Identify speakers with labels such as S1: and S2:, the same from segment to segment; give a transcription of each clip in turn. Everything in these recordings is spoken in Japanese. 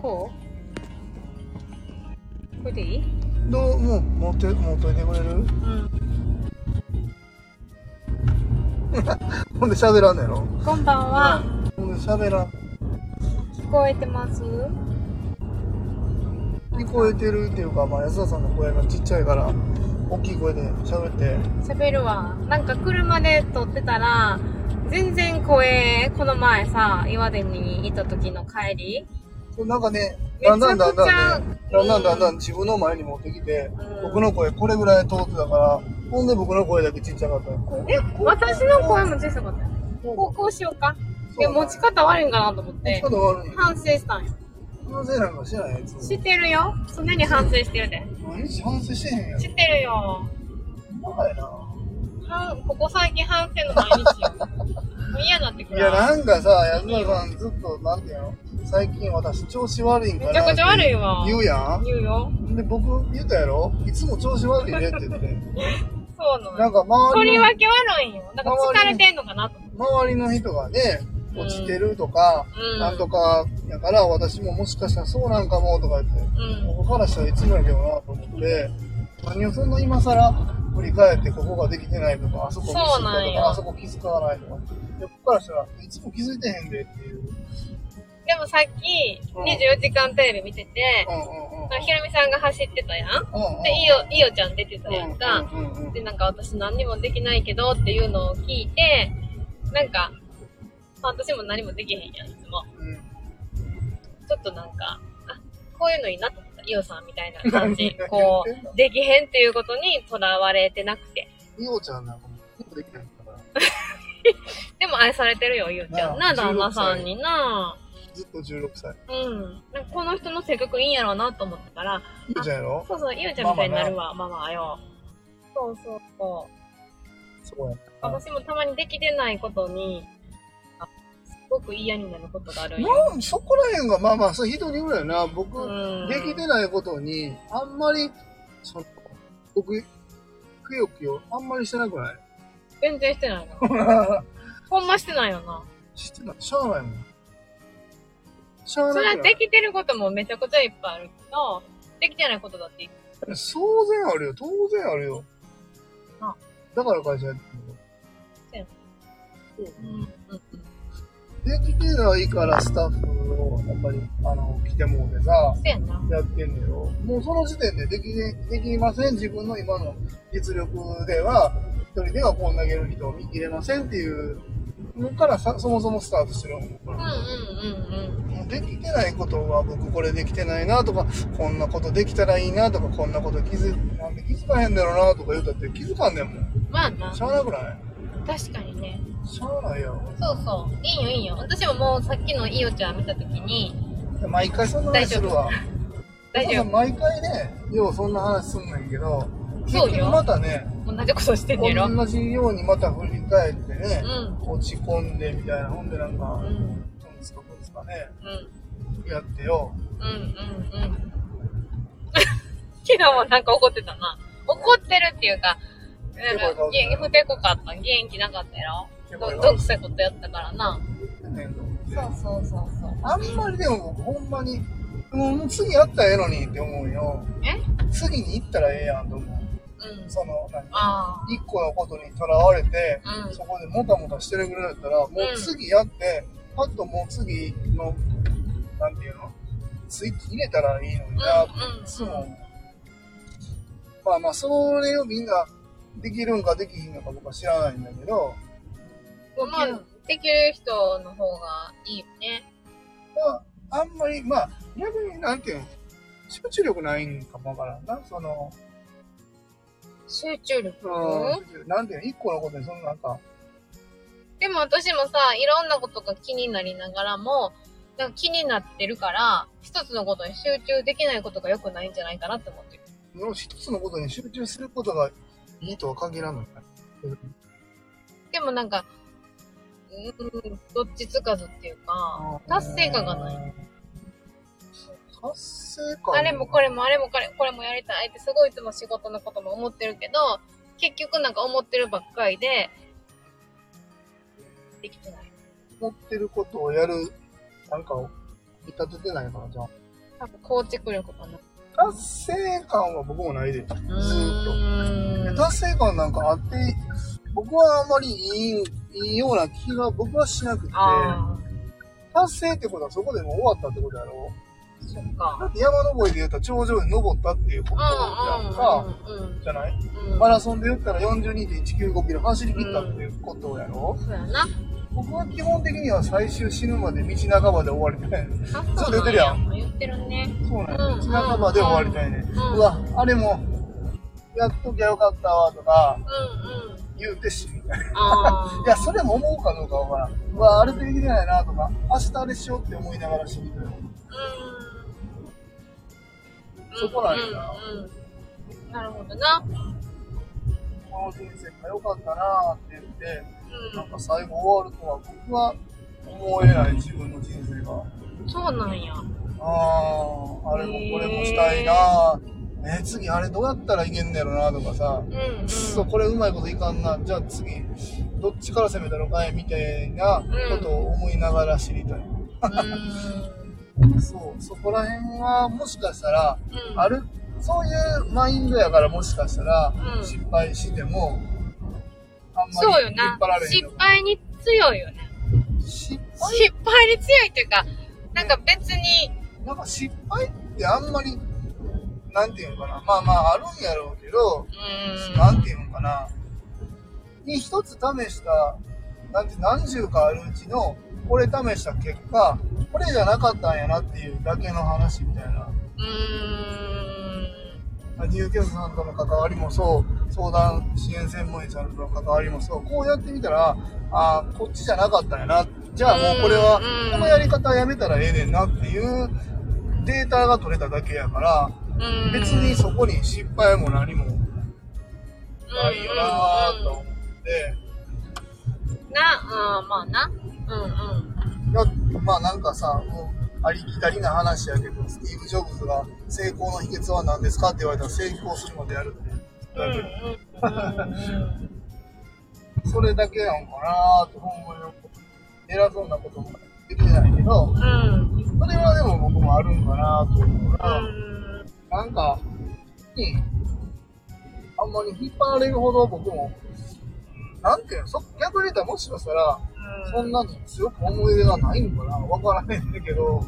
S1: こうこれでいい
S2: どうもう持って持っといてくれ る
S1: うん
S2: ほんで喋らんのやろ
S1: こんばんは
S2: ほんで喋らん
S1: 聞こえてます
S2: 聞こえてるっていうか、まあ、安田さんの声がちっちゃいから大きい声で喋って
S1: 喋るわなんか車で撮ってたら全然声この前さ岩手にいた時の帰り
S2: なんかね、
S1: めちゃ
S2: だ
S1: く
S2: ん
S1: ちゃ
S2: だんだんだんね、だんだ
S1: うん
S2: んだんだん自分の前に持ってきて、
S1: うん
S2: 僕の声これぐらい通ってたから、ほんで僕の声だけちっちゃかったの。
S1: え私の声も小さかったよこうこうしようかで持ち方悪いんかなと思って
S2: ちょっと悪い。
S1: 反省したんよ
S2: 反省なんかしてないやつ。
S1: してるよ常に反省してるで
S2: 毎日反省してへんやん。
S1: してるよ
S2: バカやな。
S1: はんここ最近反省の毎日よもう嫌になってく
S2: い
S1: る
S2: や、なんかさ、安田さんずっと、なんていうの最近私調子悪いんかな。
S1: めちゃくちゃ悪いわ
S2: 言うや
S1: 言うよ
S2: ん。で、僕言ったやろいつも調子悪いねって言って。
S1: そうなの
S2: なんか周
S1: 取
S2: り
S1: り
S2: の
S1: 分け悪いんよだから疲れてんのかなと思って
S2: 周りの人がね、落ちてるとか、
S1: うん
S2: なんとかやから、私ももしかしたらそうなんかもとか言って、
S1: うん
S2: ここからしたらいつもやけどなと思って、何をそんな今更振り返ってここができてないとか、あそこミスった
S1: そう
S2: と
S1: なん
S2: か、
S1: よ
S2: あそこ気づかないとか、でここからしたらいつも気づいてへんでっていう。うんうん
S1: でもさっき
S2: うん
S1: 24時間テレビ見てて
S2: うん。
S1: ひろみさんが走ってたやん
S2: うんうん
S1: でいおいおちゃん出てたやんか、
S2: うんうんうんうん
S1: でなんか私何にもできないけどっていうのを聞いてなんかまあ私も何もできへんやんいつも
S2: うん
S1: ちょっとなんかあこういうのいいなと思ったイオさんみたいな感 じ
S2: 何
S1: こ
S2: 言ってんの
S1: うできへんっていうことにとらわれてなくて
S2: いおちゃんなんかもうできないから、
S1: でも愛されてるよイオちゃんな
S2: なあ
S1: 旦那さんにな
S2: ずっと16歳。
S1: うんなんかこの人の性格いいんやろうなと思ったから
S2: いおちゃんやろ
S1: そうそうイオちゃんみたいになるわママよそうそうそう
S2: そうやな。
S1: 私もたまにできてないことに、あすごく嫌になることがあるんよ。
S2: まあ、そこら辺が、まあまあ、それ人によるよな。僕、
S1: うん
S2: できてないことに、あんまり、その、僕、くよくよ、あんまりしてなくない
S1: 全然してないな。ほんましてないよな。
S2: してない。しゃあないもん。しゃ あ
S1: それ
S2: な
S1: は
S2: くな
S1: で
S2: い。
S1: きてることもめちゃくちゃいっぱいあるけど、できてないことだっていっ
S2: 当然あるよ。当然あるよ
S1: あ。
S2: だから会社やって
S1: ぱいある。うんうん
S2: るできてないからスタッフを、やっぱり、あの、来てもうてさ
S1: そ、うやんな。
S2: やってんのよ。もうその時点でできね、できません。自分の今の実力では、一人ではこんだけの人を見切れませんっていうのからさ、そもそもスタートしてるのか
S1: うんう
S2: ら。
S1: んうんうん。
S2: もうできてないことは僕これできてないなとか、こんなことできたらいいなとか、こんなこと気づ、なんで気づかへんだろうなとか言うたって気づかんねんもん。
S1: まあな
S2: し、ゃあなくない
S1: 確かにね。
S2: しゃあないよ。
S1: そうそう。いいよいいよ。私ももうさっきのイオちゃん見たときに、
S2: 毎回そんな話するわ。
S1: 大丈
S2: お母さん毎回ね、ようそんな話すんねんけど、
S1: そうよ
S2: 結局またね、
S1: 夫。同じことしてんねやろ。うん。
S2: 同じようにまた振り返ってね、
S1: うん。
S2: 落ち込んでみたいな、ほんでなんか
S1: うん。う、ん
S2: どうですか、どうですかね、やってよ。
S1: うんうんうん。昨日もなんか怒ってたな。怒ってるっていうか、
S2: てこい顔して
S1: 元気不てこかった。元気なかったや
S2: てこい
S1: ろ。ど
S2: 顔
S1: どくさいことやったからな。
S2: そう
S1: そうそうそう。
S2: あんまりでも僕、ほんまに、もう次やったらええのにって思うよ。
S1: え
S2: 次に行ったらええやんと思う。
S1: うん。
S2: その、何
S1: あ
S2: 一個のことにとらわれて、
S1: うん
S2: そこでもたもたしてるぐらいだったら、もう次やって、パッともう次の、なんていうのスイッチ入れたらいいのにな、
S1: あ。
S2: って
S1: うん。うん。
S2: いつも。まあまあ、それをみんなできるんかできひんのか僕は知らないんだけど、
S1: まあ、できる人の方がいいよね。
S2: まあ、あんまり、まあ、逆になんていうの、集中力ないんかもわからんな。その、
S1: 集中力、
S2: うん、なんていうの、一個のことにそのなんか、
S1: でも私もさ、いろんなことが気になりながらも、なんか気になってるから、一つのことに集中できないことが良くないんじゃないかなって思ってる。
S2: の一つのことに集中することがいいとは限らんのか
S1: でもなんか、うん、どっちつかずっていうか、達成感がない。
S2: い。達成感
S1: あれもこれもあれもこれこれもやりたいってすごいいつも仕事のことも思ってるけど、結局なんか思ってるばっかりで、できてない。
S2: 思ってることをやる、なんか、立ててないからじゃあ。
S1: 多分構築力かな。
S2: 達成感は僕もないで。
S1: う
S2: で
S1: ーん。
S2: 達成感なんかあって、僕はあんまりいい、いいような気が僕はしなくて、
S1: あ
S2: 達成ってことはそこでもう終わったってことやろ
S1: あ、そっ
S2: だ
S1: か。
S2: って山登りで言ったら頂上に登ったっていうことやんか、
S1: うんうんうん
S2: じゃない
S1: うん。うん
S2: マラソンで言ったら42.195キロ走り切ったっていうことやろ、
S1: そうやな。
S2: 僕は基本的には最終死ぬまで道半ばで終わりたいね
S1: あ
S2: そう出てるやん。
S1: そうなん言ってるね。
S2: そ
S1: う
S2: うなん
S1: ん
S2: や道半ばで終わりた いね、
S1: う
S2: うんわあれもやっときゃよかったわとか
S1: うんうん。
S2: 言うて死ぬ
S1: ああ。
S2: いや、それも思うかどうかわからん。うわ、あれできてないなとか、明日あれしようって思いながらしてみたよ。
S1: うん。
S2: そこなんやな
S1: うんうんうん。なるほどな。
S2: この人生が良かったなって言って、
S1: う
S2: なんか最後終わるとは僕は思えない自分の人生が。
S1: ん。そうなんや。
S2: ああ、あれもこれもしたいなえー次あれどうやったらいけんねやろなとかさ
S1: う、ん、うん。
S2: くっそ、これうまいこといかんな。じゃあ次、どっちから攻めたのかいみたいなことを思いながら知りたい。
S1: うん。
S2: そう、そこら辺はもしかしたら、
S1: うん。
S2: あるそういうマインドやからもしかしたら
S1: うん
S2: 失敗しても、あん
S1: そうよ
S2: 引っ
S1: な
S2: 張ら。れへん
S1: 失
S2: とか
S1: 敗に強いよね。
S2: 失敗
S1: 失敗に強いっていうか、なんか別に、
S2: なんか失敗ってあんまりなんていうのかなまあまああるんやろうけど
S1: う、ーん。
S2: なんていうのかなに一つ試したなんて何十かあるうちのこれ試した結果これじゃなかったんやなっていうだけの話みたいな
S1: うーん。
S2: 入居者さんとの関わりもそう相談支援専門員さんとの関わりもそうこうやってみたらあーこっちじゃなかったんやなじゃあもうこれは
S1: うん
S2: このやり方やめたらええねんなっていうデータが取れただけやから
S1: うん
S2: 別にそこに失敗も何もないよな
S1: うん
S2: と思って
S1: な、うん、まあな。うん
S2: だまあなんかさもうありきたりな話やけどスティーブ・ジョブズが成功の秘訣は何ですかって言われたら成功するまでやるって
S1: うん。うんうん。
S2: それだけなのかなと思うよ。偉そうなこともできてないけ
S1: うん。
S2: ど、
S1: うん。
S2: それはでも僕もあるんかなと思うから、
S1: うん。
S2: なんか、うんあんまり引っ張られるほど僕も、なんていうの、そ逆に言ったらもしかしたら、そんなに強く思い入れがないのかなわからへんだけど、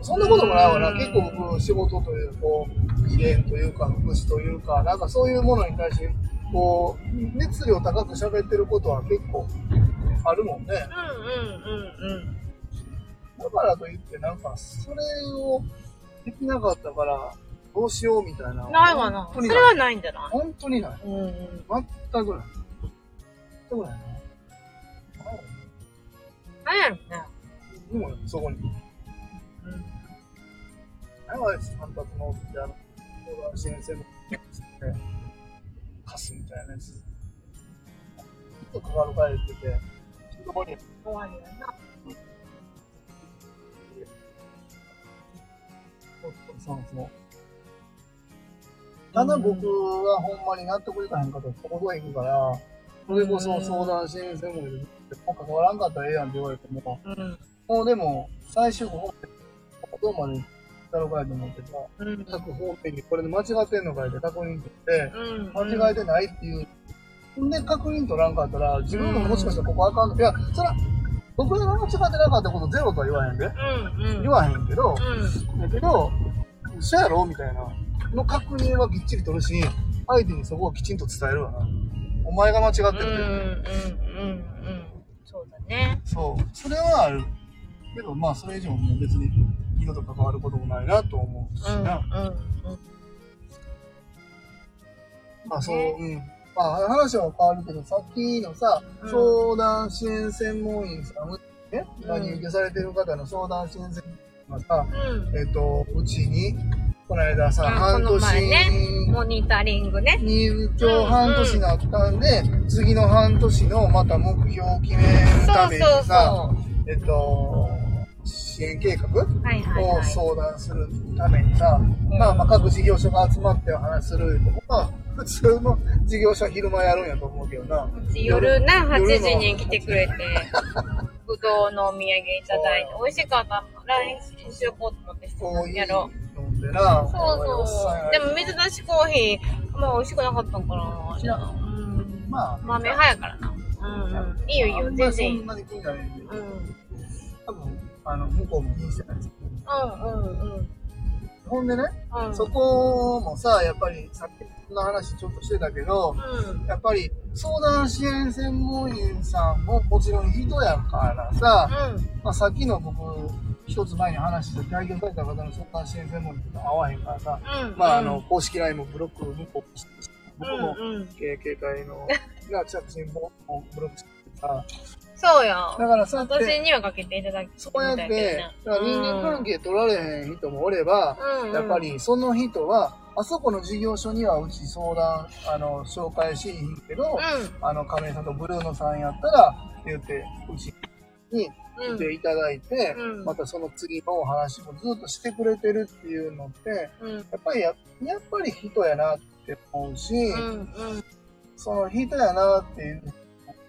S2: そんなこともないわな。
S1: うん
S2: 結構僕、仕事というか、こう、理念というか、福祉というか、なんかそういうものに対して、こう、熱量高く喋ってることは結構あるもんね。
S1: うんうんうん
S2: だからといって、なんか、それをできなかったから、どうしようみたいなの
S1: う
S2: は。
S1: ん。ないわな。
S2: 本
S1: そ
S2: 当に
S1: れ
S2: ない。
S1: はないんじゃない
S2: 本当にない。
S1: うんうん。
S2: 全くない。全く
S1: なん
S2: ないな。
S1: やろね。
S2: でも、そこに。何はです、反発のってあの、相談支援専門店で、貸すみたいなやつ。ちょっとかかるか言ってて、ちょっとここに
S1: 怖いよな。
S2: そうそう。ただ僕はほんまに納得いかへんかったら、ここへ行くから、それこそ相談支援専門で、もう関わらんかったらええやんって言われても、
S1: うん。
S2: もうでも、最終ここ、どこまで行ったろうかいと思ってさ、
S1: うん。
S2: 各方面にこれで間違ってんのかいって確認して、
S1: うん。
S2: 間違えてないっていう。ほんで、確認取らんかったら、自分ももしかしたらここあかんの。いや、そら、僕らが間違ってなかったことゼロとは言わへんで。
S1: うんうん。
S2: 言わへんけど、
S1: う
S2: だけど、嘘やろみたいな。の確認はきっちり取るし、相手にそこをきちんと伝えるわな。お前が間違ってるっ
S1: ん。
S2: て
S1: うん。うん。うん。うん。そうだね。
S2: そう。それはある。けど、まあ、それ以上もう別に、色と関わることもないなと思うし
S1: うん。うん。
S2: な。まあ、そう、うん。まあ、話は変わるけど、さっきのさ、
S1: うん
S2: 相談支援専門員さん、ね、
S1: うん
S2: 今入居されてる方の相談支援専門員がさ、
S1: うん。
S2: えっ、と、うちに、この間さ、
S1: あ
S2: 半
S1: この
S2: 年、
S1: 前ねモニタリングね。
S2: 入居半年になったんで、次の半年のまた目標を決める
S1: そ
S2: た
S1: う
S2: めに
S1: そうそう。
S2: さ、
S1: は
S2: えっと、支援計画
S1: いはい
S2: を
S1: はい。
S2: 相談するためにさ、まあまあ各事業所が集まってお話しするとまあ普通の事業所は昼間やるんやと思うけどな。
S1: うち夜な、
S2: 夜
S1: 8
S2: の
S1: 時に来てくれて、ぶどうのお土産いただいて、美味しかった。 LINE しようと思ってして
S2: コ
S1: た
S2: ー
S1: ん
S2: ヒ
S1: や
S2: ー
S1: ろ。
S2: 飲んでな。
S1: そう
S2: おっさん
S1: そ
S2: や
S1: う。でも、水出しコーヒー、まあ、美味しくなかったんか
S2: い
S1: な。
S2: や
S1: うん。
S2: まあ、
S1: 豆派やからな。うんうん。いいよいいよ、全然い
S2: そ
S1: い
S2: ん。なに気になれへんけど
S1: うん。うん
S2: 多分、あの、向こうも気にしてたりする。
S1: うんうん。
S2: ほんでね、
S1: うん。
S2: そこもさ、やっぱりさっきの話ちょっとしてたけど、
S1: うん。
S2: やっぱり相談支援専門員さんももちろん人やからさ、まあ、さっきの僕、一つ前に話して代表された方の相談支援専門員と合わへんからさ、
S1: うん。うん。
S2: まあ、あの、公式 LINE もブロック2個して、
S1: う
S2: 僕
S1: ん、
S2: も、
S1: うん。
S2: えー携帯の、な、着信もブロックしてさ、
S1: そうや。
S2: だからさ、で
S1: 私にはかけていただき
S2: そうやって、だ
S1: う
S2: から人間関係取られへん人もおれば、
S1: ん、
S2: やっぱりその人は、あそこの事業所にはうち相談、あの、紹介しひんけど、あの、亀井さんとブルーノさんやったら、言って、うちに
S1: うん、う
S2: 来
S1: ん。
S2: ていただいて、
S1: うん
S2: またその次のお話もずっとしてくれてるっていうのって、
S1: うん、うん、
S2: やっぱりや、やっぱり人やなって思うし、
S1: うん、
S2: その人やなっていう、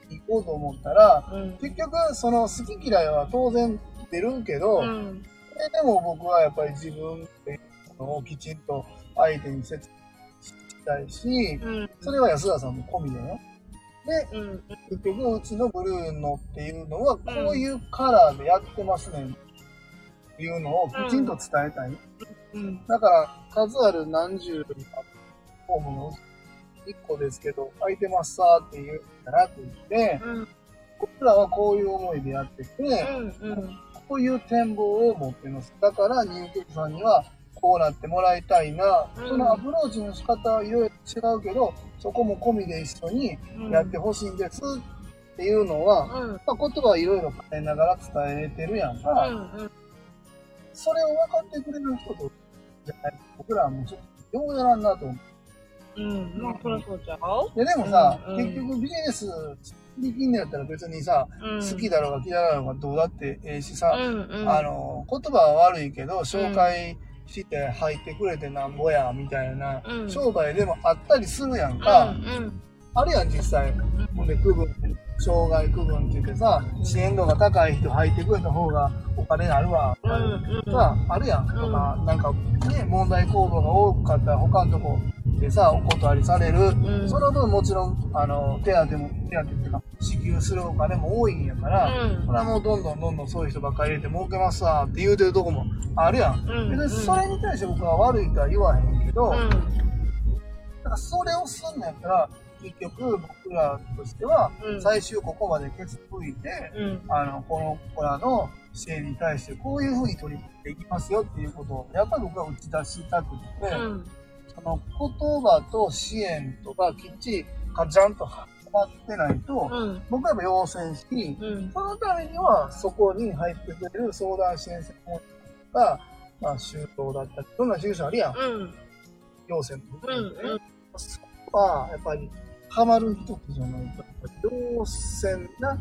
S2: 行こうと思ったら、
S1: うん。
S2: 結局、その好き嫌いは当然出るけど、
S1: うん、
S2: それでも僕はやっぱり自分っていうのをきちんと相手に説明したいし、
S1: うん、
S2: それは安田さんも込みだよ。で、
S1: うん、
S2: 結局うちのブルーノっていうのはこういうカラーでやってますねんっていうのをきちんと伝えたい。
S1: うん、
S2: だから数ある何十よりかホームの1個ですけど空いてますさーっていうんじゃなくって、
S1: うん、
S2: 僕らはこういう思いでやってて、
S1: うん、
S2: こういう展望を持ってます。だから入居者さんにはこうなってもらいたいな。
S1: うん
S2: そのアプローチの仕方はいろいろ違うけど、そこも込みで一緒に
S1: うん。
S2: やってほしいんですっていうのは、
S1: うん、うん、
S2: まあ、言葉はいろいろ変えながら伝えれてるやんか。
S1: うん、
S2: それを分かってくれる人と、じゃない僕らはもうちょっとようやらんなと思
S1: うん。まあ、そりゃそうちゃう
S2: う。で、でもさ、
S1: うんうん
S2: 結局ビジネスできんのやったら別にさ、
S1: うん。
S2: 好きだろうが嫌いだろうがどうだってええしさ、
S1: うん、うん。
S2: あ、の、言葉は悪いけど、紹介して入ってくれてなんぼや、みたいな、
S1: うん。
S2: 商売でもあったりするやん
S1: う
S2: か。
S1: ん、
S2: あるやん、実際。ほんで、区分、障害区分って言ってさ、支援度が高い人入ってくれた方がお金になるわ、と
S1: うん、うん。
S2: かさ、あるやん。とか、なんか、ね、問題行動が多かったら他のとこでさ、お断りされる。
S1: うん、
S2: その分もちろん、あの、手当も、手当っていうか、支給するお金も多いんやから、これはもうどんどんどんどんそういう人ばっかり入れて儲けますわって言うてるとこもあるやん。
S1: うん、うん。
S2: 別にそれに対して僕は悪いとは言わへんけど、
S1: う
S2: だ
S1: ん、
S2: からそれをすんのやったら、結局僕らとしては、
S1: うん。
S2: 最終ここまでケツ吹いて、
S1: うん、
S2: あの、この子らの支援に対してこういうふうに取り組んでいきますよっていうことを、やっぱり僕は打ち出したくて、
S1: うん、
S2: その言葉と支援とかきっちりガチャンとはまってないと、
S1: うん、
S2: 僕はやっぱ要請し、
S1: うん。
S2: そのためには、そこに入ってくれる相談支援専門員が、まあ、周到だったり、いろんな事業者あるや
S1: う
S2: ん、
S1: ん、
S2: 行政の部
S1: う
S2: 分でね。
S1: ん、
S2: そこは、やっぱり、ハマる人じゃないと、行政な、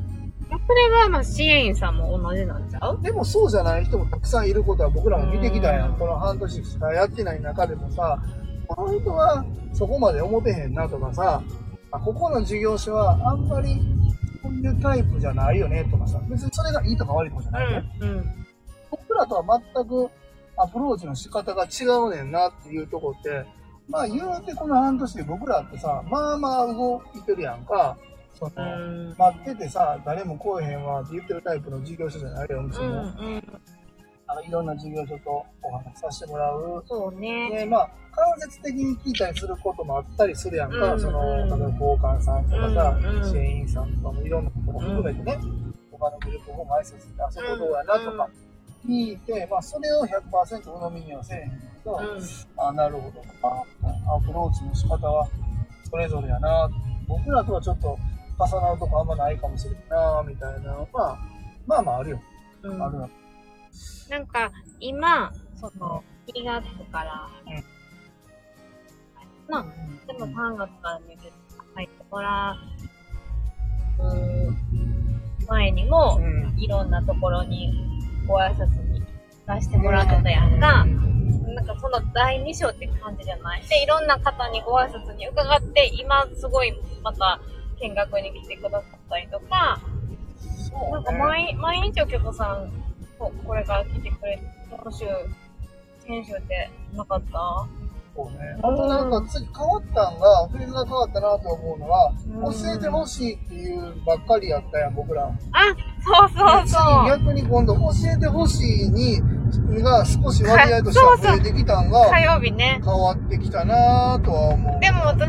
S1: それは、まあ、支援員さんも同じなんちゃう
S2: でもそうじゃない人もたくさんいることは僕らも見てきたや
S1: うん
S2: ん。この半年しかやってない中でもさ、この人はそこまで思てへんなとかさ、あここの事業所はあんまりこういうタイプじゃないよねとかさ、別にそれがいいとか悪いとかじゃないよね。
S1: うん、うん、
S2: 僕らとは全くアプローチの仕方が違うねんなっていうとこって、まあ言うてこの半年で僕らってさ、まあまあ動いてるやんか、その、
S1: うん。
S2: 待っててさ、誰も来えへんわって言ってるタイプの事業所じゃないよ、うち
S1: う
S2: も。
S1: ん、うん。
S2: あのいろんな事業所とお話しさせてもらう。
S1: そうね。
S2: で、まあ、間接的に聞いたりすることもあったりするやんか、
S1: うん
S2: その、
S1: うん
S2: 例えば交換さんとかさ、
S1: うん
S2: 支援員さんとかもいろんなことも含めてね、他のグループも挨拶して、あそこどうやなとか聞いて、まあ、それを100%鵜呑みにはせえへんけど、あ、なるほどあアプローチの仕方はそれぞれやな、僕らとはちょっと重なるとこあんまないかもしれんな、みたいなのは、まあまああるよ、
S1: うん、
S2: あるよ。
S1: なんか、今、その、2月から、まあでも3月から入居入ってもらう前にも、
S2: ん、
S1: いろんなところにご挨拶に出してもらってたやんか、なんかその第2章って感じじゃないで、いろんな方にご挨拶に伺って、今すごいまた見学に来てくださったりとか、
S2: そうね
S1: なんか毎毎日お客さんここれから来てくれ、今週、先週ってなかった
S2: そうね。あとなんか次変わったんが、フェーズが変わったなと思うのは、
S1: うん
S2: 教えてほしいっていうばっかりやったやん、僕ら。
S1: あ、そうそうそう。
S2: 逆に今度教えてほしいに、が少し割合としては増えてきたんが、
S1: 火曜日ね。
S2: 変わってきたなとは思う。
S1: でも私、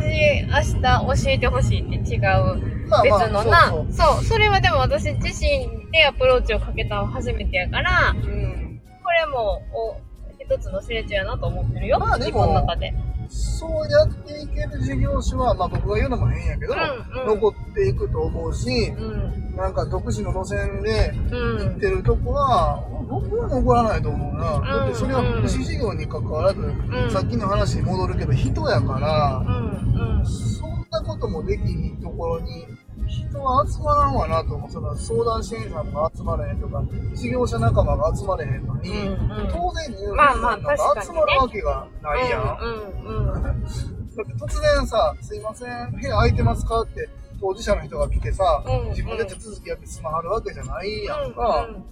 S1: 明日教えてほしいって違う
S2: まあまあ
S1: 別のな。
S2: そう
S1: そう、それはでも私自身でアプローチをかけたの初めてやから、
S2: そううん
S1: これも、お、一つの成長やなと思ってるよ。
S2: まあで
S1: 自
S2: も
S1: 分の中で。
S2: そうやっていける事業種は、まあ僕が言うのも変やけど、
S1: うんうん
S2: 残っていくと思うし、
S1: うん。
S2: なんか独自の路線で
S1: う
S2: 行っ
S1: ん。
S2: てるとこは、僕は残らないと思うな。
S1: ん
S2: だってそれは福祉事業に関わらず、
S1: ん
S2: さっきの話に戻るけど人やから
S1: う、ん。
S2: そんなこともできひんところに、人は集まらんわなと思う。その相談支援者が集まれへんとか、事業者仲間が集まれへんのに、
S1: うん。うん。うん。
S2: 当然、入
S1: まあまあ
S2: なんか集まるわけがないやん。
S1: うんうんうん。
S2: だって突然さ、すいません、部屋空いてますかって当事者の人が来てさ、
S1: うん
S2: 自分で手続きやって済まはるわけじゃないやんか。
S1: うんうん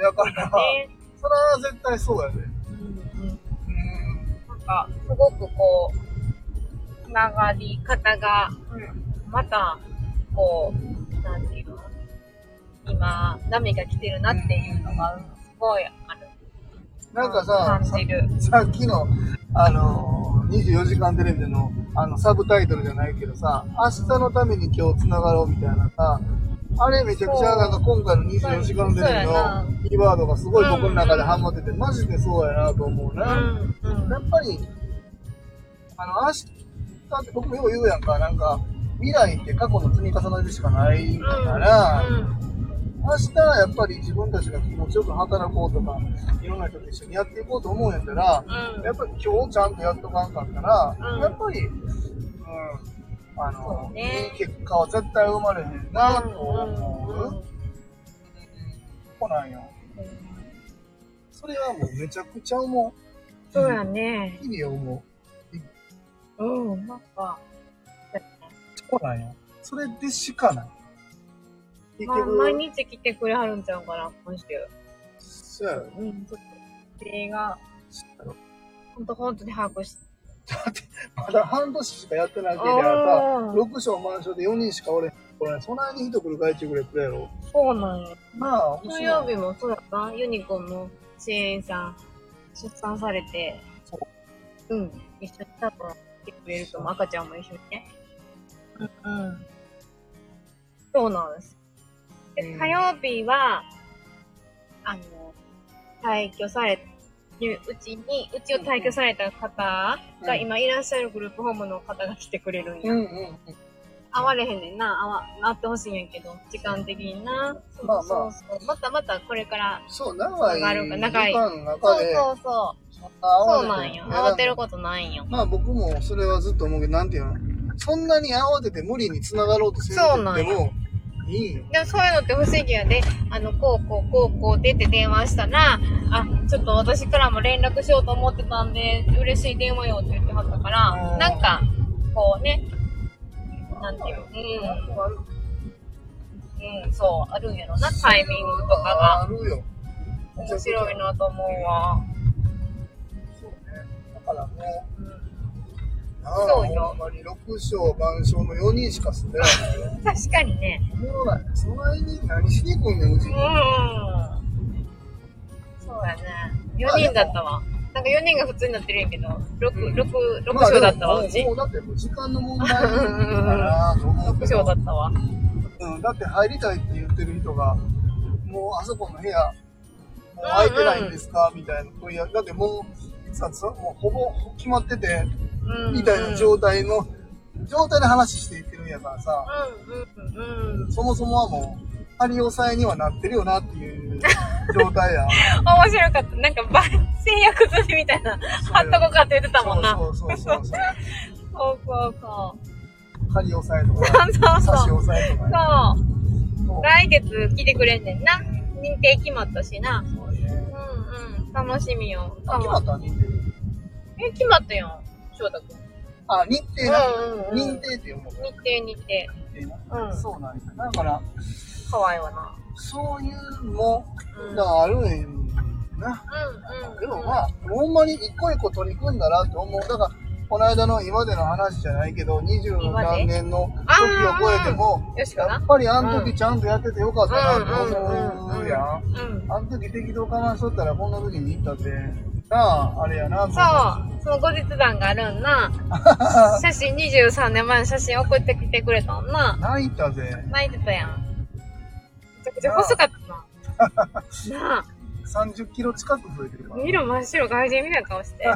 S2: だから、
S1: ね
S2: それは絶対そうやで。
S1: うんうん
S2: うん。
S1: なんか、すごくこう、つながり方が、また、こう、なんていうの今、波が来てるなっていうのが、すごいある。
S2: なんかさ、
S1: 感じる。
S2: さっきの、あのー、24時間テレビでの、あの、サブタイトルじゃないけどさ、明日のために今日繋がろうみたいなさ、あれめちゃくちゃなんか今回の24時間テレビ
S1: そうやな
S2: のキーワードがすごい僕の中でハマってて、マジでそうやなと思うね。
S1: うん、う
S2: やっ
S1: ん、
S2: ぱり、あの、明日って僕もよう言うやんか、なんか、未来って過去の積み重ねでしかないんだから、
S1: うん、
S2: 明日やっぱり自分たちが気持ちよく働こうとか、いろんな人と一緒にやっていこうと思うんやったら、
S1: うん
S2: やっぱり今日ちゃんとやっとかんかったら、
S1: うん
S2: やっぱり、うん、あ
S1: そ
S2: の、
S1: うね
S2: いい結果は絶対生まれへんなと思う。
S1: うんうん
S2: そうなんよ。それはもうめちゃくちゃ思う。
S1: そうやね。
S2: 日々思う。
S1: うん、なんか、
S2: そうなんよ。それでしかない。結
S1: まあ、
S2: 局、
S1: 毎日来てくれはるんちゃうかな、今週。
S2: そうやろ
S1: うん、ちょっと、映画、
S2: そうやろ
S1: ほんと本当に把握して。
S2: まだ半年しかやってないけりゃさ、
S1: あー
S2: 6章満章で4人しかおれへん。これ、そないに人来るかいてくれくれやろ。
S1: そうなんよ。
S2: まあ、面
S1: 水
S2: 白
S1: 曜
S2: い
S1: 日もそうだったユニコーンの支援員さん、出産されて、。
S2: そう
S1: ん。一緒に多分来てくれると思う。赤ちゃんも一緒にね。うんうん。そうなんです。で火曜日は、あの、退去され、うちに、うちを退去された方が今いらっしゃるグループホームの方が来てくれるんや。
S2: うんうんうん。
S1: 会われへんねんな。会わ、会ってほしいんやけど、時間的にな。そう
S2: まあま
S1: そ
S2: あ
S1: うそう。またまたこれから。
S2: そう、長い
S1: 長い
S2: 時間の
S1: そ
S2: 中
S1: う
S2: で、
S1: そうそう。
S2: そんな慌
S1: そう
S2: てて
S1: なんよ。
S2: いや
S1: 慌てることないんよ。
S2: まあ僕もそれはずっと思うけど、なんていうのそんなに慌てて無理に繋がろうとせん
S1: そう
S2: と
S1: な
S2: で
S1: んよ
S2: も、いいんよ。
S1: でもそういうのって不思議やで、あの、こうこうこうこう出て電話したら、あ、ちょっと私からも連絡しようと思ってたんで、嬉しい電話よって言ってはったか
S2: う
S1: ら、
S2: ん
S1: なんか、こうね、なんていうのうん、うん、そう、あるんやろな、タイミングとかが。
S2: あるよ。
S1: 面白いなと思うわ。
S2: そうね。だからも
S1: うん
S2: う、なあ
S1: そうよ
S2: ほんまに六章万章の4人しか住んでない。
S1: 確かにね。
S2: おもろない。その間に何しに来んねん、うち
S1: う
S2: に。
S1: ん。そうやね。4人だったわ。なんか4人が普通になってるんやけど、
S2: う
S1: 6、
S2: ん
S1: 六六章だったわ、
S2: ま
S1: う
S2: あで
S1: ち
S2: も。もうだってもう時間の問題だなと思うけ
S1: 6
S2: ど。
S1: 章だったわ。
S2: うん、だって入りたいって言ってる人が、もうあそこの部屋、もう空いてないんですか、みたいな問い合わせ。だってもう、いつだってそもうほぼ決まってて、
S1: うん
S2: みたいな状態の、状態で話していってるんやからさ、
S1: うんうんうん。
S2: そもそもはもう、張り押さえにはなってるよなっていう状態や。
S1: 面白かった。なんか、ば、制約済みみたいな、貼っとこうかって言ってたもんな。
S2: そうそうそうそう。
S1: そうそうそ
S2: 張り押さえと
S1: う。
S2: か、
S1: そうそう
S2: 差し
S1: そう。
S2: 押さえとかね。
S1: そう。
S2: そう
S1: 来月来てくれんねんな。認定決まったしな。
S2: そうね
S1: うんうん。楽しみよ。
S2: あ、決まった認定。
S1: え、決まったよ。翔太くん。
S2: あ、認定な。
S1: うんうんうん
S2: 認定って読むの
S1: 日程日
S2: 認定な
S1: 程。うん。
S2: そうなんや。だから、
S1: かわいいわな。
S2: そういうもがあるんやな。
S1: うんうん。
S2: でもまあ、ほんまに一個一個取り組んだなって思う。だから、この間の今までの話じゃないけど、二十何年の時を超えても、
S1: よしか
S2: や
S1: な
S2: っぱりあの時ちゃんとやっててよかったなって思うやん。
S1: うん。
S2: あの時適当我慢しとったらこんな時に行ったって、なあ、あれやな、
S1: そう、その後日談があるん な。写真、23年前の写真送ってきてくれたんな。
S2: 泣いたぜ。
S1: 泣いてたやん。めちゃくちゃ細かった な。なあ、
S2: 30キロ近く増えてるから。
S1: 色真っ白外人みたいな顔 して。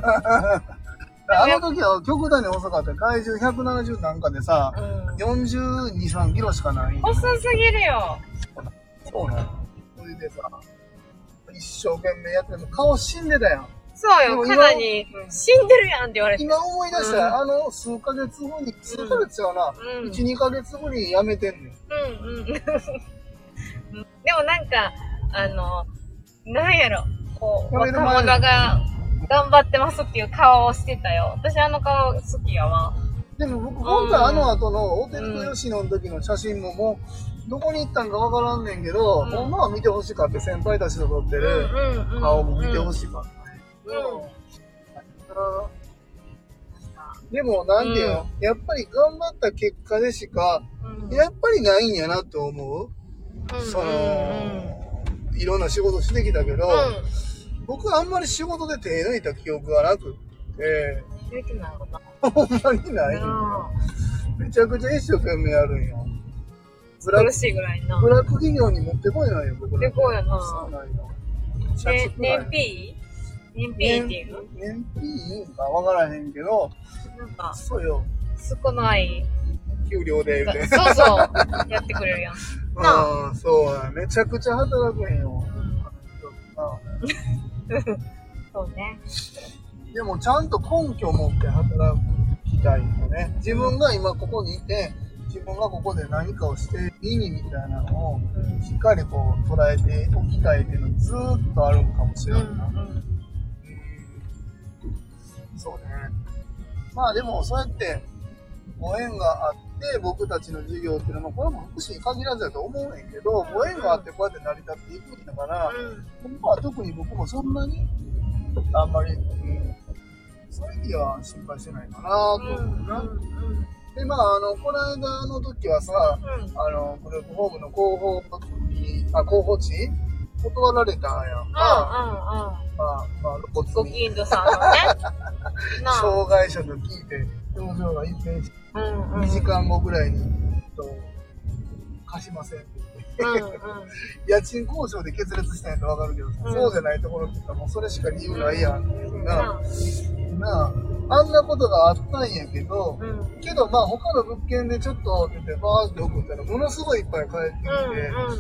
S2: あの時は極端に遅かった。体重170なんかでさ、
S1: うん。
S2: 42、3キロしかない。
S1: 細すぎるよ。
S2: そうなの。それでさ、一生懸命やってても顔死んでたやん。
S1: そう
S2: で
S1: よ、
S2: も
S1: か
S2: 今
S1: なり死んでるやんって言われて。
S2: 今思い出したら、あの数ヶ月後に、数ヶ月やな、
S1: うん。うん
S2: 1、2ヶ月後に辞めてんねん。
S1: うん。でもなんか、あの、なんやろ、こう、
S2: や
S1: 若
S2: める
S1: 者
S2: 前
S1: が頑張ってますっていう顔をしてたよ。私あの顔好きやわ。
S2: でも僕、今回あの後の大手福吉野の時の写真ももう、どこに行ったんかわからんねんけど、
S1: うん
S2: ほんまは見てほしかって先輩たちと撮って
S1: う
S2: る
S1: んうん。
S2: 顔も見てほ
S1: しい。
S2: しかったね。
S1: うん
S2: でも、なんていうの、やっぱり頑張った結果でしか、
S1: うん
S2: やっぱりないんやなと思う。その、いろんな仕事してきたけど、
S1: う
S2: 僕あんまり仕事で手抜いた記憶がなくって、
S1: ん。できないことな。
S2: ほんまにない。めちゃくちゃ一生懸命やるんよ。ブラッ
S1: 苦
S2: ク、
S1: しいぐらいな
S2: ブ。ラック企業に持ってこいなんよ、僕ら。
S1: でこうやな。
S2: そうなんよ。社
S1: ね
S2: 畜なん
S1: 年
S2: よ
S1: P? 年 P っていうの
S2: 年金いいんかわからへんけど、
S1: なんか、
S2: そうよ、
S1: 少ない。
S2: 給料で言うて。
S1: そうそう。やってくれるやん。
S2: うん、そうや、めちゃくちゃ働くへんよ。
S1: そうね。
S2: でもちゃんと根拠を持って働きたいよね。自分が今ここにいて、自分がここで何かをしていいみたいなのを、
S1: うん。
S2: しっかりこう捉えておきたいっていうのずーっとあるんかもしれないな。そうね。まあでもそうやってご縁があって僕たちの授業っていうのは、これも福祉に限らずだと思うねんけど、ご縁があってこうやって成り立っていくんだから、まあ特に僕もそんなに、あんまり、うん、そういう意味では心配してないかなと思うな。で、まああの、この間の時はさ、あの、グループホームの広報に、あ、広報地断られたやんか。まあ、まあ、露
S1: ご
S2: 骨に
S1: 近所さんのね。なあ。
S2: 障害者と聞いて、表情が一変して、
S1: うんうん。
S2: 2時間後ぐらいに、と、貸しませんって
S1: う
S2: 言
S1: ん
S2: っ
S1: うん。
S2: て、家賃交渉で決裂したんやとわかるけどさ、
S1: うん
S2: そうじゃないところって言ったらもうそれしか理由ないやんっていう
S1: な
S2: な、
S1: あ。
S2: なあ、あんなことがあったんやけど
S1: う、ん。うん
S2: けどまあ他の物件でちょっとって言ってバーって送ったらものすごいいっぱい返ってき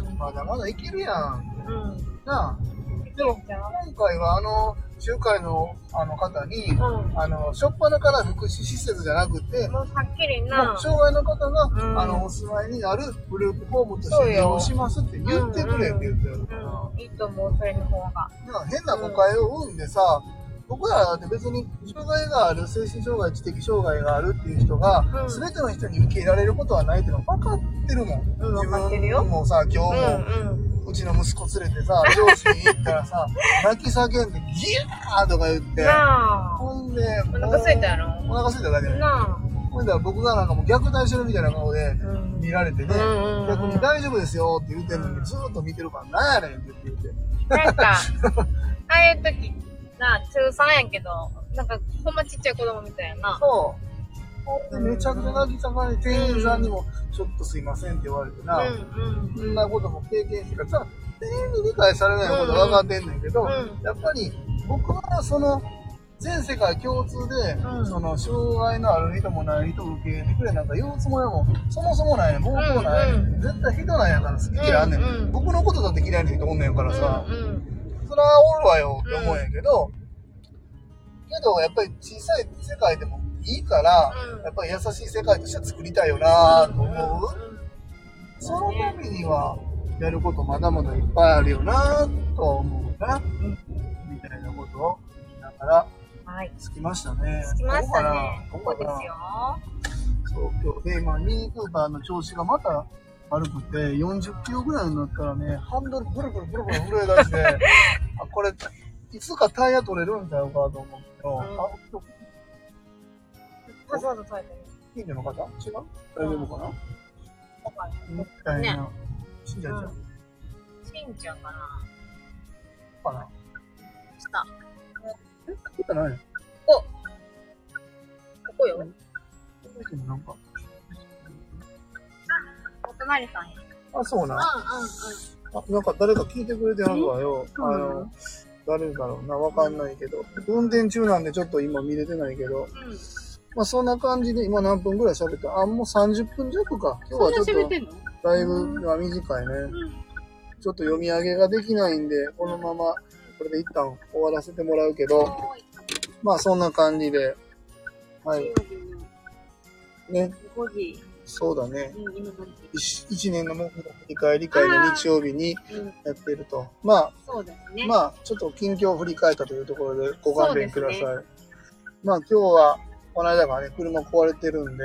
S2: て、まだまだいけるやん。
S1: うん。
S2: なあ、
S1: うん。でも、
S2: 今回はあの、仲介のあの方に、
S1: うん。
S2: あの、初っ端から福祉施設じゃなくて、
S1: もうはっきり
S2: ま
S1: な
S2: あ。障害の方が、
S1: うん
S2: あの、お住まいになるグループホームとし
S1: そう
S2: て利
S1: よ
S2: 用しますって言ってくれって言ってるから、
S1: うん。いいと思う、それの方が。
S2: なんか変な誤解を生んでさ、僕らだって別に障害がある、精神障害、知的障害があるっていう人が、
S1: うん
S2: 全ての人に受け入れられることはないっていうのは分かってるもん。
S1: うん分かってるよ
S2: 自分もさ、今
S1: う
S2: 日も、
S1: んうん。
S2: うちの息子連れてさ、上司に行ったら さ、泣き叫んで、ギャーとか言って、
S1: なあ。
S2: ほんで、
S1: お腹空いたやろ
S2: お腹空いただけだよ
S1: な
S2: ほんだら僕がなんかもう虐待してるみたいな顔で
S1: あ。うん
S2: 見られてね、
S1: うんうん
S2: 逆に大丈夫ですよって言ってんの
S1: うん
S2: に、ずーっと見てるから、なんやねんって言って。
S1: なんか、ああいう時、なあ、中3やけど、なんか、ほんまちっちゃい子供みたいやな。
S2: そう。でめちゃくちゃ泣き叫んで、店員さんにも、ちょっとすいませんって言われてな、
S1: うん
S2: そんなことも経験してからさ、店員に理解されないこと分かってんねんけど、
S1: うん
S2: やっぱり僕はその、全世界共通で、
S1: うん
S2: その、障害のある人もない人を受け入れてくれなんか言うつもりも、そもそもないねん、僕もないねん、
S1: う
S2: 絶対人なんやから好き嫌いあんねん,、
S1: うんうん
S2: 僕のことだって嫌いな人おんねんか
S1: う
S2: ら
S1: ん。
S2: さ、
S1: うん
S2: それはおるわよって思うんやけど、けどやっぱり小さい世界でもいいから、
S1: うん
S2: やっぱり優しい世界として作りたいよなぁと思う、
S1: うん
S2: そのためにはやることまだまだいっぱいあるよなぁとは思うな、みたいなことを言いながら
S1: はい。
S2: つきましたね
S1: 着きましたね。
S2: ど
S1: ここ
S2: こか
S1: で
S2: な
S1: すよ。
S2: そう今日で、まあ、ミニクーパーの調子がまた歩くって、40キロぐらいになったらね、ハンドルブルブルブルブル震え出 して、あ、これ、いつかタイヤ取れるんちゃうかと思うけど、
S1: うん
S2: あ、今
S1: わざわざ耐えてる。
S2: 日近所の方違う大丈夫かな
S1: だから
S2: みたいな。信者じゃん。
S1: うんしんちゃんかな
S2: かな
S1: 下。
S2: え、作ってない
S1: ここよ。
S2: 作ってなんか。
S1: お隣さんや。
S2: あ、そうな。
S1: うんうんうん。
S2: あ、なんか誰か聞いてくれてはるわよ。
S1: え
S2: あの、誰だろうな、わかんないけど。運転中なんでちょっと今見れてないけど。
S1: うん。
S2: まあそんな感じで今何分ぐらい喋ったあ、もう30分弱か。今日はちょっ
S1: んの
S2: とだいぶが短いね。ちょっと読み上げができないんで、このままこれで一旦終わらせてもらうけど、まあそんな感じで。はい。ね、
S1: 5時、
S2: そうだね。
S1: うん、今何時
S2: 一一年の目標振り返り会の日曜日に
S1: うん、
S2: やっていると。まあ
S1: そうですね。
S2: まあ、ちょっと近況を振り返ったというところでご勘弁ください。
S1: そ
S2: まあ、今日は、この間がね、車壊れてるんで、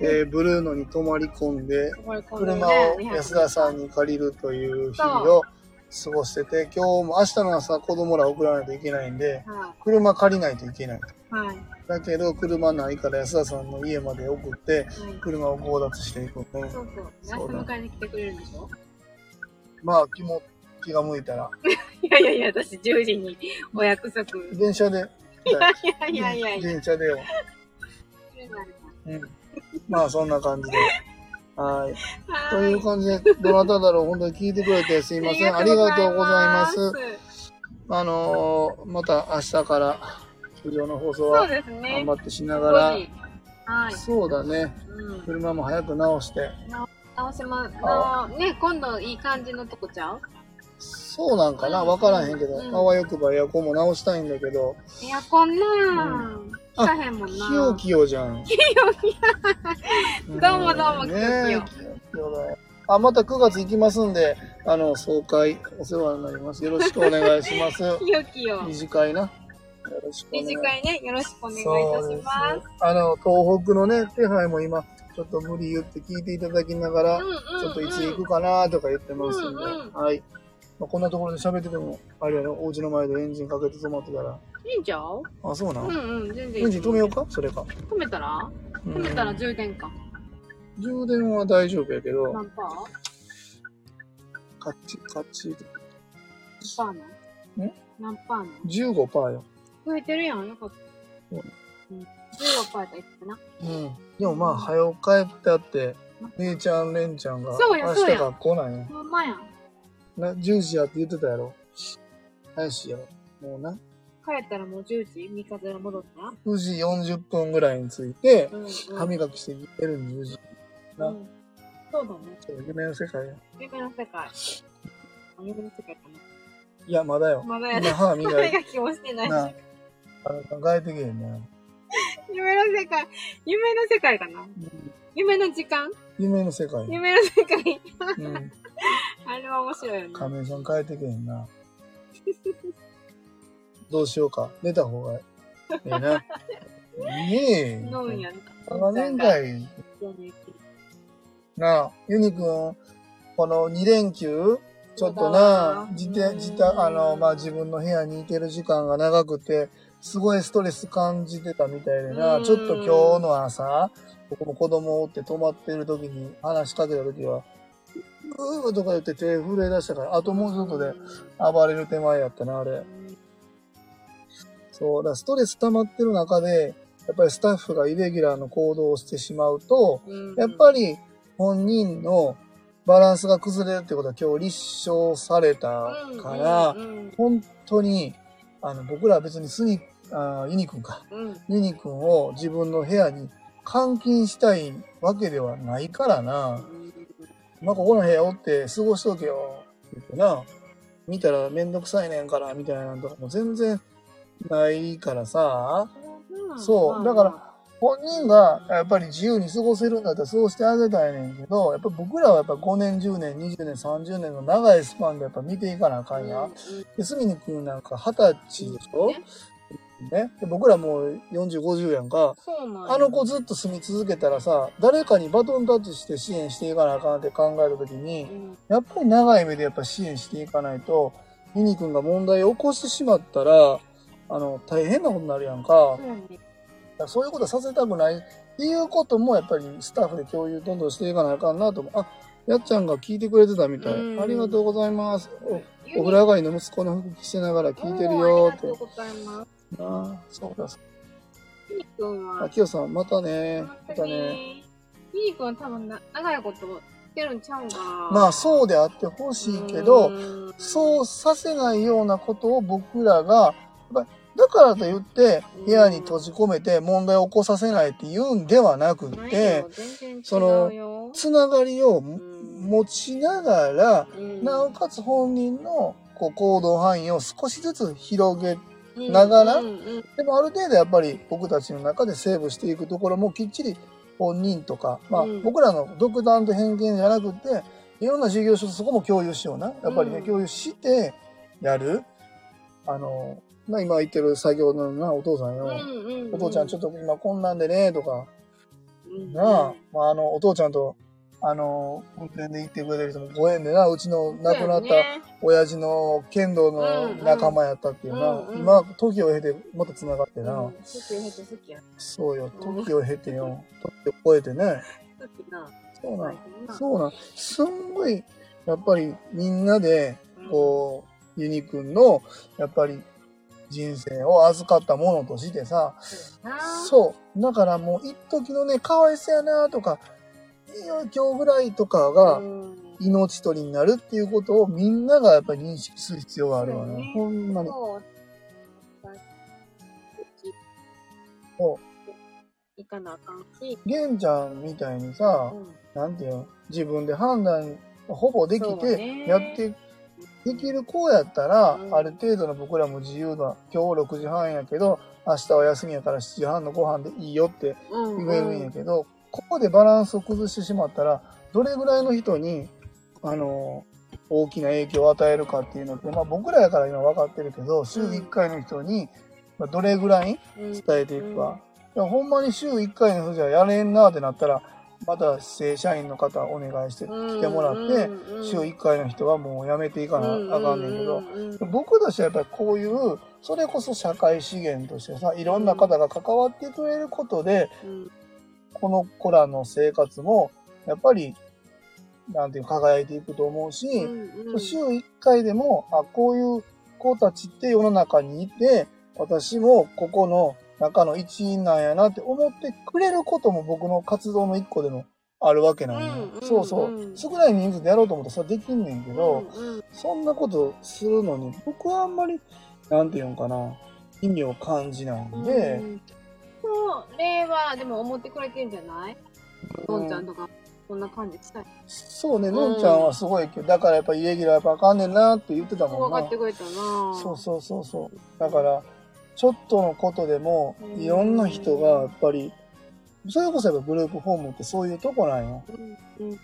S2: えーブルーノに泊まり込んで、
S1: これこのね
S2: 車を安田さんに借りるという日々を過ごしてて、今日も明日の朝子供ら送らないといけないんで、
S1: は
S2: 車借りないといけない。
S1: い。はい。はい。
S2: だけど、車ないから安田さんの家まで送って、車を強奪していくね。
S1: そうそう。安田迎えに来てくれるんでしょ
S2: まあ、気も気が向いたら、
S1: いやいやいや、私10時にお約束。い
S2: 電車 で、
S1: やいやいやいや。
S2: 電車でよ。うんまあそんな感じで。はい。という感じで、どなただろう、本当に聞いてくれてすいません。ありがとうございます。あのーまた明日から、通常の放送
S1: そう
S2: は
S1: ですね
S2: 頑張。ってしながら、
S1: はい。
S2: そうだね、
S1: うん。
S2: 車も早く直して、
S1: 直しま、あのね、今度いい感じのとこちゃう
S2: そうなんかな、わからへんけど、
S1: うん
S2: あわよくばエアコンも直したいんだけど、
S1: エアコンなぁ。
S2: あ
S1: つかへんもんな
S2: きよきよじゃ ん。きよきよ。
S1: どうもどうも
S2: ねえ
S1: きよきよ
S2: きよきよだよ。あ、また9月行きますんで、あの、総会、お世話になります。よろしくお願いします。
S1: きよきよ。
S2: 短いな。よろしくお願いし
S1: 短いね。よろしくお願いい
S2: ます。
S1: たします。
S2: す。あの、東北のね、手配も今、ちょっと無理言って聞いていただきながら、
S1: うんうんうん
S2: ちょっといつ行くかなとか言ってますんで、
S1: うんうん
S2: はい。まあ、こんなところで喋ってても、あれやね、お家の前でエンジンかけて止まってたら、
S1: いいんちゃう
S2: あ、そうな、
S1: うんんうん、全然いい。
S2: エンジン止めようかそれか。
S1: 止めたら
S2: うん
S1: 止めたら充電か。
S2: 充電は大丈夫やけど、
S1: 何パー
S2: カチカチ。
S1: ?1 パーなん
S2: ん
S1: 何パーなん
S2: 15%よ。
S1: 増えてるやん。よかった。
S2: う
S1: うんん。16パーやったらいくな。
S2: うん。でもまあ、早う帰ってあって、姉ちゃん、レンちゃんが、
S1: そうや
S2: 明
S1: そう
S2: 日
S1: や
S2: 学校なんや。
S1: ほんまやん。
S2: な、10時やって言ってたやろ。林やろ。もうな。
S1: 帰ったらもう10時三日から戻ったら
S2: 9時40分ぐらいに着いて、
S1: うんうん。
S2: 歯磨きして夜の10時。な
S1: うんそうだね。
S2: 夢の世界や。
S1: 夢の世界。あ夢の世界かな。
S2: いや、まだよ。
S1: まだや
S2: 今
S1: な。
S2: 歯
S1: 歯
S2: 磨いて。
S1: 磨きもしてない
S2: な
S1: し。
S2: あの、考えてけへんな。
S1: 夢の世界。夢の世界かな。夢の時間
S2: 夢の世界。
S1: 夢の世界。
S2: うん。
S1: あれは面白いよね。
S2: 亀井さん帰ってけへんな。どうしようか。寝た方がいいな。 ねえ。
S1: 飲むんやん。
S2: 7年代。なあ、ユニくん、この2連休、ちょっとな、自転、自転、あの、まあ、自分の部屋にいてる時間が長くて、すごいストレス感じてたみたいでな、
S1: うん
S2: ちょっと今日の朝、僕も子供おって泊まってる時に話しかけた時は、うーとか言って手震え出したから、あともうちょっとで暴れる手前やったな、あれ。そう、だからストレス溜まってる中で、やっぱりスタッフがイレギュラーの行動をしてしまうと、やっぱ
S1: り、
S2: り本人のバランスが崩れるってことは今日立証されたから
S1: う、ん
S2: 本当に、あの、僕らは別にスニ、あーユニくんか。
S1: うんうん
S2: ユニくんを自分の部屋に監禁したいわけではないから
S1: う
S2: な。
S1: ん
S2: まあ、ここの部屋おって過ごしとけよ。って言ってな。見たらめんどくさいねんから、みたいなのとかも全然ないからさ。そうだから、本人がやっぱり自由に過ごせるんだったらそうしてあげたいねんけど、やっぱ僕らはやっぱ5年、10年、20年、30年の長いスパンでやっぱ見ていかなあかんや。
S1: うん
S2: で、スミニ君なんか20歳でしょ、
S1: ね
S2: ね。で僕らもう40、50やんか。
S1: そうなんや
S2: あの子ずっと住み続けたらさ、誰かにバトンタッチして支援していかなあかんって考えるときに
S1: う、ん
S2: やっぱり長い目でやっぱ支援していかないと、ミニ君が問題を起こしてしまったら、あの、大変なことになるやんか
S1: そ。うなんや
S2: だからそういうことはさせたくないっていうこともやっぱりスタッフで共有どんどんしていかなあかんなと思う。あ、やっちゃんが聞いてくれてたみたい。
S1: うん
S2: ありがとうございます。
S1: ユ
S2: お、
S1: ニ
S2: お風呂上がりの息子の服着せながら聞いてるよーって
S1: おーありがとう。ございます。
S2: なあ、そうだ。
S1: ゆにくん
S2: あ、
S1: は、
S2: きよさん、またね。ま
S1: 本
S2: た
S1: 当
S2: ね。
S1: に、ゆにくんは多分な長いこと言ってるんちゃうんかな。
S2: まあ、
S1: う
S2: そうであってほしいけ
S1: う
S2: ど、
S1: ん、
S2: そうさせないようなことを僕らが、やっぱりだからと言って、部屋に閉じ込めて問題を起こさせないって言うんではなく
S1: ない
S2: て
S1: よ、全然違うよ
S2: そのつながりを
S1: ん
S2: 持ちながら、
S1: うん
S2: なおかつ本人のこう行動範囲を少しずつ広げながら
S1: うんうんうん
S2: でもある程度やっぱり僕たちの中でセーブしていくところもきっちり本人とか、まあ
S1: うん
S2: 僕らの独断と偏見じゃなくて、いろんな事業所とそこも共有しような。やっぱりね、
S1: うん
S2: 共有してやる。あの、まあ今言ってる作業のな、お父さんよ。
S1: うんうんうん、
S2: お父ちゃんちょっ
S1: っ
S2: と今こんなんでね、とか、
S1: と
S2: なあ、まああの、お父ちゃんと、あの、運転で行ってくれてる人もご縁でな、うちの亡くなった親父の剣道の仲間やったっていうな、
S1: うんうん
S2: 今、時を経てまた繋がってな。
S1: 好きや好きや
S2: そうよ、
S1: うん
S2: 時を経てよ、時を超えてね。
S1: 好きな
S2: そうなん、
S1: う
S2: そうなん。すんごい、やっぱりみんなで、こう、ユニくんの、やっぱり人生を預かったものとしてさ、
S1: うんやな
S2: そう。だからもう、一時のね、かわいそうやなとか、いや今日ぐらいとかが
S1: う、ん
S2: 命取りになるっていうことをみんながやっぱり認識する必要があるわ
S1: そう
S2: ね
S1: ね。
S2: ほんまに。
S1: そう
S2: そう
S1: 行かなあかんし、
S2: 玄ちゃんみたいにさ、なんていうの自分で判断ほぼでき
S1: そうね
S2: てやってできる子やったら、
S1: うん
S2: ある程度の僕らも自由な今日6時半やけど明日は休みやから7時半のご飯でいいよって
S1: うん
S2: 言えるんやけど、ここでバランスを崩してしまったらどれぐらいの人にあの大きな影響を与えるかっていうのって、まあ、僕らやから今分かってるけど週1回の人にまあどれぐらい
S1: うん
S2: 伝えていくか。いやほんまに週1回の人じゃやれんなってなったら、また正社員の方お願いして来てもらって、週1回の人はもう辞めていかなあかんねんけど、僕としてはやっぱりこういう、それこそ社会資源としてさ、いろんな方が関わってくれることで、この子らの生活も、やっぱり、なんていうか輝いていくと思うし、週1回でも、あ、こういう子たちって世の中にいて、私もここの中の一員なんやなって思ってくれることも僕の活動の一個でもあるわけなんや。
S1: うんうんうん
S2: そうそう。少ない人数でやろうと思ったらそれできんねんけど、そんなことするのに、僕はあんまり、なんていうんかな、意味を感じないんで、
S1: それはでも思ってくれてんじゃない
S2: うん
S1: のんちゃんとかこんな感じしたい
S2: そうね、のんちゃんはすごいけど、だからやっぱイレギュラーやっぱあかんねんなって言ってたも
S1: 分
S2: ん
S1: か
S2: な。
S1: ってくれたな
S2: そうそうそうそう。だから、ちょっとのことでも、いろんな人がやっぱり、それこそやっぱグループホームってそういうとこなんよ。
S1: うんうん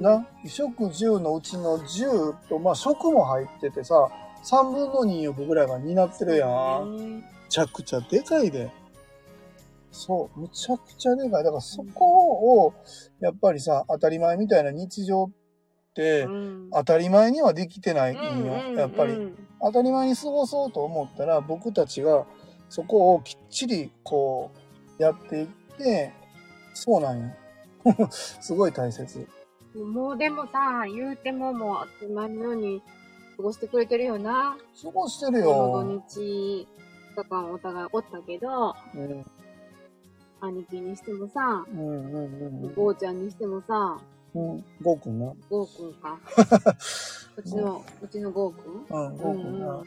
S2: な、衣食10のうちの10と、まあ食も入っててさ、3分の2を僕らが担ってるやん。め
S1: ね
S2: ちゃくちゃでかいで。そう、むちゃくちゃでかい。だからそこを、やっぱりさ、当たり前みたいな日常って、
S1: うん
S2: 当たり前にはできてないんよ、やっぱり
S1: う。ん
S2: 当たり前に過ごそうと思ったら僕たちがそこをきっちりこうやっていってそうなんよ すごい大切
S1: もうでもさ言うてももう当たり前のように過ごしてくれてるよな
S2: 過ごしてる
S1: こ
S2: よ
S1: の、土日とかお互いおったけど
S2: うん、
S1: 兄貴にしてもさ
S2: うんうんうん
S1: ゴーちゃんにしてもさ
S2: うんうんゴーくんな
S1: ゴーくん かうちのうちのゴーくん
S2: うんゴーくんな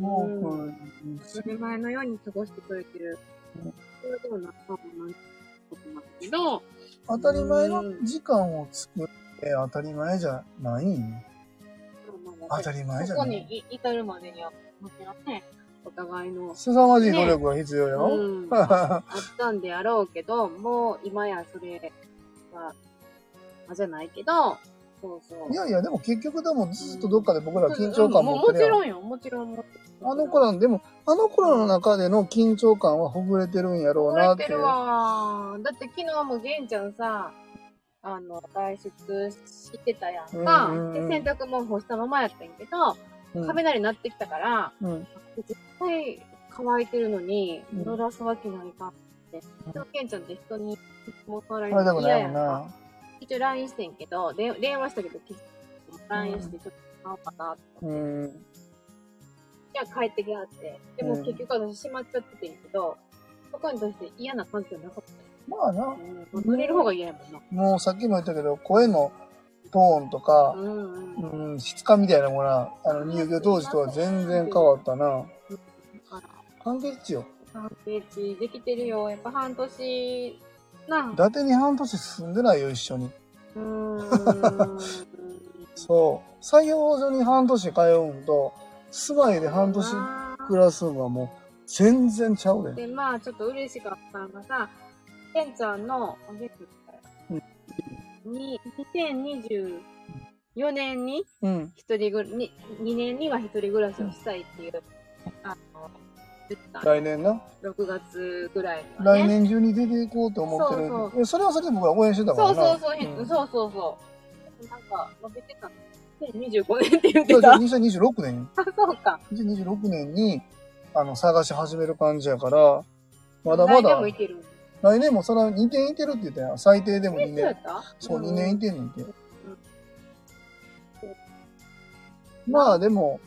S2: ゴ
S1: ん
S2: ー
S1: う
S2: く
S1: ん
S2: ん
S1: 当たり前のように過ごしてくれてる
S2: うん
S1: それでもなそうもないことなんだけど
S2: 当たり前の時間を作って当たり前じゃないんよ当たり前じゃ
S1: そこ
S2: な
S1: に
S2: い
S1: い至るまでにはもちろんねお互いの
S2: 凄まじい努力が必要よ、
S1: うんあったんであろうけど、もう今やそれは、あじゃないけど、そうそう。
S2: いやいやでも結局でもずっとどっかで僕ら緊張感持ってるやん
S1: うんもうもちろんよ、もちろんもち
S2: あの頃の、でも、あの頃の中での緊張感はほぐれてるんやろうな
S1: や
S2: っ。
S1: っててるわーだって昨日も玄ちゃんさ、あの、外出してたやんか。
S2: うんうんうん
S1: で、洗濯物干したままやってんけど、
S2: うん
S1: 雷鳴ってきたから、
S2: うん。
S1: 絶対乾いてるのに、
S2: うん
S1: 濡らすわけにはいかんって。
S2: うん
S1: でも玄ちゃんって人に、もう取
S2: あれ
S1: ら
S2: だ
S1: れて
S2: もんな
S1: 嫌
S2: い
S1: やん
S2: もん
S1: か。
S2: な。
S1: 一応 LINE してんけど、で電話したけど、き LINE してちょっと買おうかなって。
S2: うん。
S1: じゃあ帰ってきはって。でも
S2: うん
S1: 結局私閉まっちゃっててんけど、そこに対して嫌な感じはなかった。
S2: まあな、
S1: うん、濡れる方が嫌やもんな。
S2: もうさっきも言ったけど、声のトーンとか、
S1: うんうん。
S2: うん、質感みたいなものは、あの、入居当時とは全然変わったな。
S1: あら、
S2: 完結よ。
S1: パンケーキできてるよ。やっぱ半年、な
S2: 伊。達に半年進んでないよ、一緒に。
S1: うーん。
S2: そう。作業所に半年通うんと、住まい で半年暮らすんはもう、全然ちゃう
S1: で、
S2: で。
S1: まあ、ちょっと嬉しかったのがさ、ケンちゃんの、あげて
S2: う
S1: に、2024年に、
S2: うん。
S1: 一人ぐに、2年には一人暮らしをしたいっていう、あの、言った
S2: 来年な。
S1: 6月ぐらいにはね
S2: 来年中に出ていこうと思ってる。
S1: そう
S2: そそれはそれで僕は応援してたか
S1: そ
S2: ら
S1: う
S2: な。
S1: そうそう、
S2: ん
S1: そうそうそう。なんか、伸びてたの。2025年って言って
S2: そうじゃあ
S1: た。
S2: 2026年
S1: あ、そうか。
S2: 2026年に、あの、探し始める感じやから、まだま
S1: 来年
S2: だ
S1: も、いける。
S2: 来年もそら2年いてるって言ったやん。最低でも2
S1: え、そうやっ
S2: 年。
S1: た
S2: そう、
S1: ん
S2: 2年いてんねんて。
S1: ん
S2: まあでも、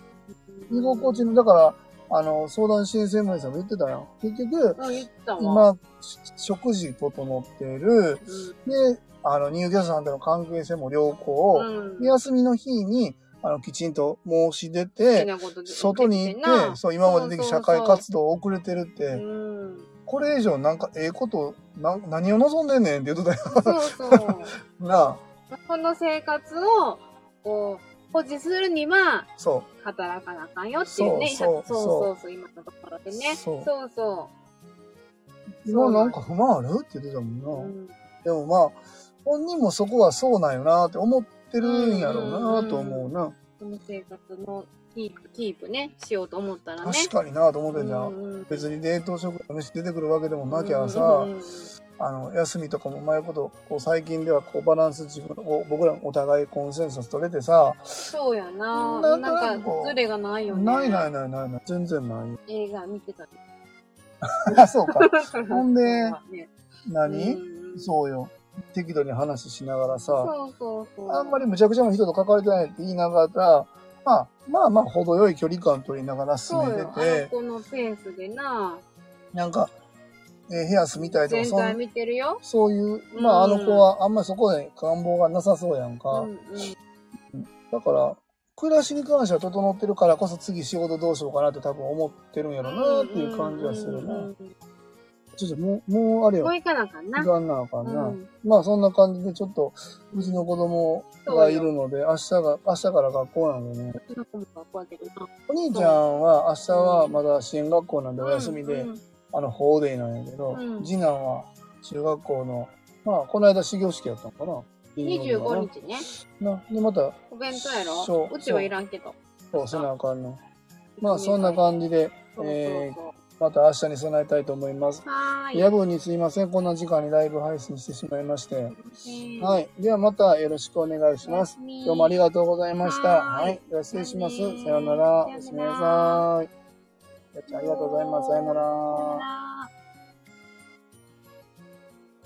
S2: 居心地の、だから、あの、相談支援専門員さんも言ってたやん。結局、
S1: うん、言ってたわ。
S2: 今、し食事整ってる。で、あの、入居者さんとの関係性も良好。
S1: うん。うん
S2: で休みの日に、あの、きちんと申し出
S1: 好き
S2: て、
S1: なことで
S2: 外に行
S1: な
S2: って、そう、今までできた社会
S1: そう
S2: 活動を遅れてるっ
S1: そ
S2: て、
S1: ううん。
S2: これ以上なんかええこと、な何を望んでんねんって言ってたよ
S1: そうそう。
S2: な。
S1: この生活を、こう、保持するには、
S2: そ
S1: 働かなあかんよっていうね。
S2: そう
S1: そ
S2: そう
S1: うそうそう今のところでね。
S2: そう。
S1: そうそう
S2: 今なんか不満あるって言ってたもんな。
S1: う。うん
S2: でもまあ、本人もそこはそうなんよなって思ってるんやろうなと思うな。
S1: この生活のキープ、キープね、しようと思ったらね。
S2: 確かになと思ってんじゃん。
S1: に
S2: 別に冷凍食品の飯出てくるわけでもなきゃさ、あの休みとかもうまいことこう最近ではこうバランス自分を僕らお互いコンセンサス取れてさ、
S1: そうやな。な
S2: な
S1: んん
S2: となくこ
S1: か、
S2: う
S1: ズレがないよね。
S2: ないないないないない全然ないよ
S1: 映画見てたり。
S2: あそうかほんで
S1: ね、
S2: 何、
S1: うん
S2: そうよ適度に話しながらさ
S1: そうそうそう。
S2: あんま
S1: り、
S2: りむちゃくちゃの人と関わりたないって言いながらまあまあまあ程よい距離感取りながら進
S1: そう
S2: め
S1: よ。あの
S2: てて
S1: 子のペースでな。
S2: なんか、えー、部屋住みたいとか
S1: 全
S2: そ
S1: 体
S2: ん
S1: 見てるよ。
S2: そういうまああ
S1: うん
S2: の子はあんまりそこで願望がなさそうやんか、
S1: うんうん。
S2: だから、暮らしに関しては整ってるからこそ次仕事どうしようかなって多分思ってるんやろなっていう感じはす
S1: う
S2: る
S1: んうんう
S2: な。
S1: ん
S2: ちょっともう、もうあれ
S1: も
S2: よ
S1: う。いかなあかんな。
S2: 時間なあかんな。
S1: うん
S2: まあそんな感じでちょっと、うちの子供がいるので、明日が、明日から学校なのでね。
S1: うちの子も学校やけどな
S2: お兄ちゃんは明日はまだ支援学校なんでお休み
S1: う
S2: で
S1: んう、ん
S2: あの、法デイなんやけど
S1: う、ん
S2: 次男は中学校の、まあこの間始業式やったのかな。
S1: 25日ね。
S2: な。で、また、
S1: お弁当や
S2: そ
S1: ろ
S2: う
S1: うちはいらんけど。
S2: そう、せなあかんの。まあそんな感じで、
S1: そう
S2: えー
S1: そう
S2: また明日に備えたいと思います
S1: そう。はーい。
S2: 夜分にすいません。こんな時間にライブ配信してしまいまして。
S1: はい。
S2: はい。ではまたよろしくお願いします。ど
S1: ど
S2: うもありがとうございました。
S1: はーい
S2: はい。では失礼します。
S1: じゃあね
S2: さようなら。お
S1: さようなら
S2: やすみなさい。やっちゃんありがとうございます。さようなら。
S1: う。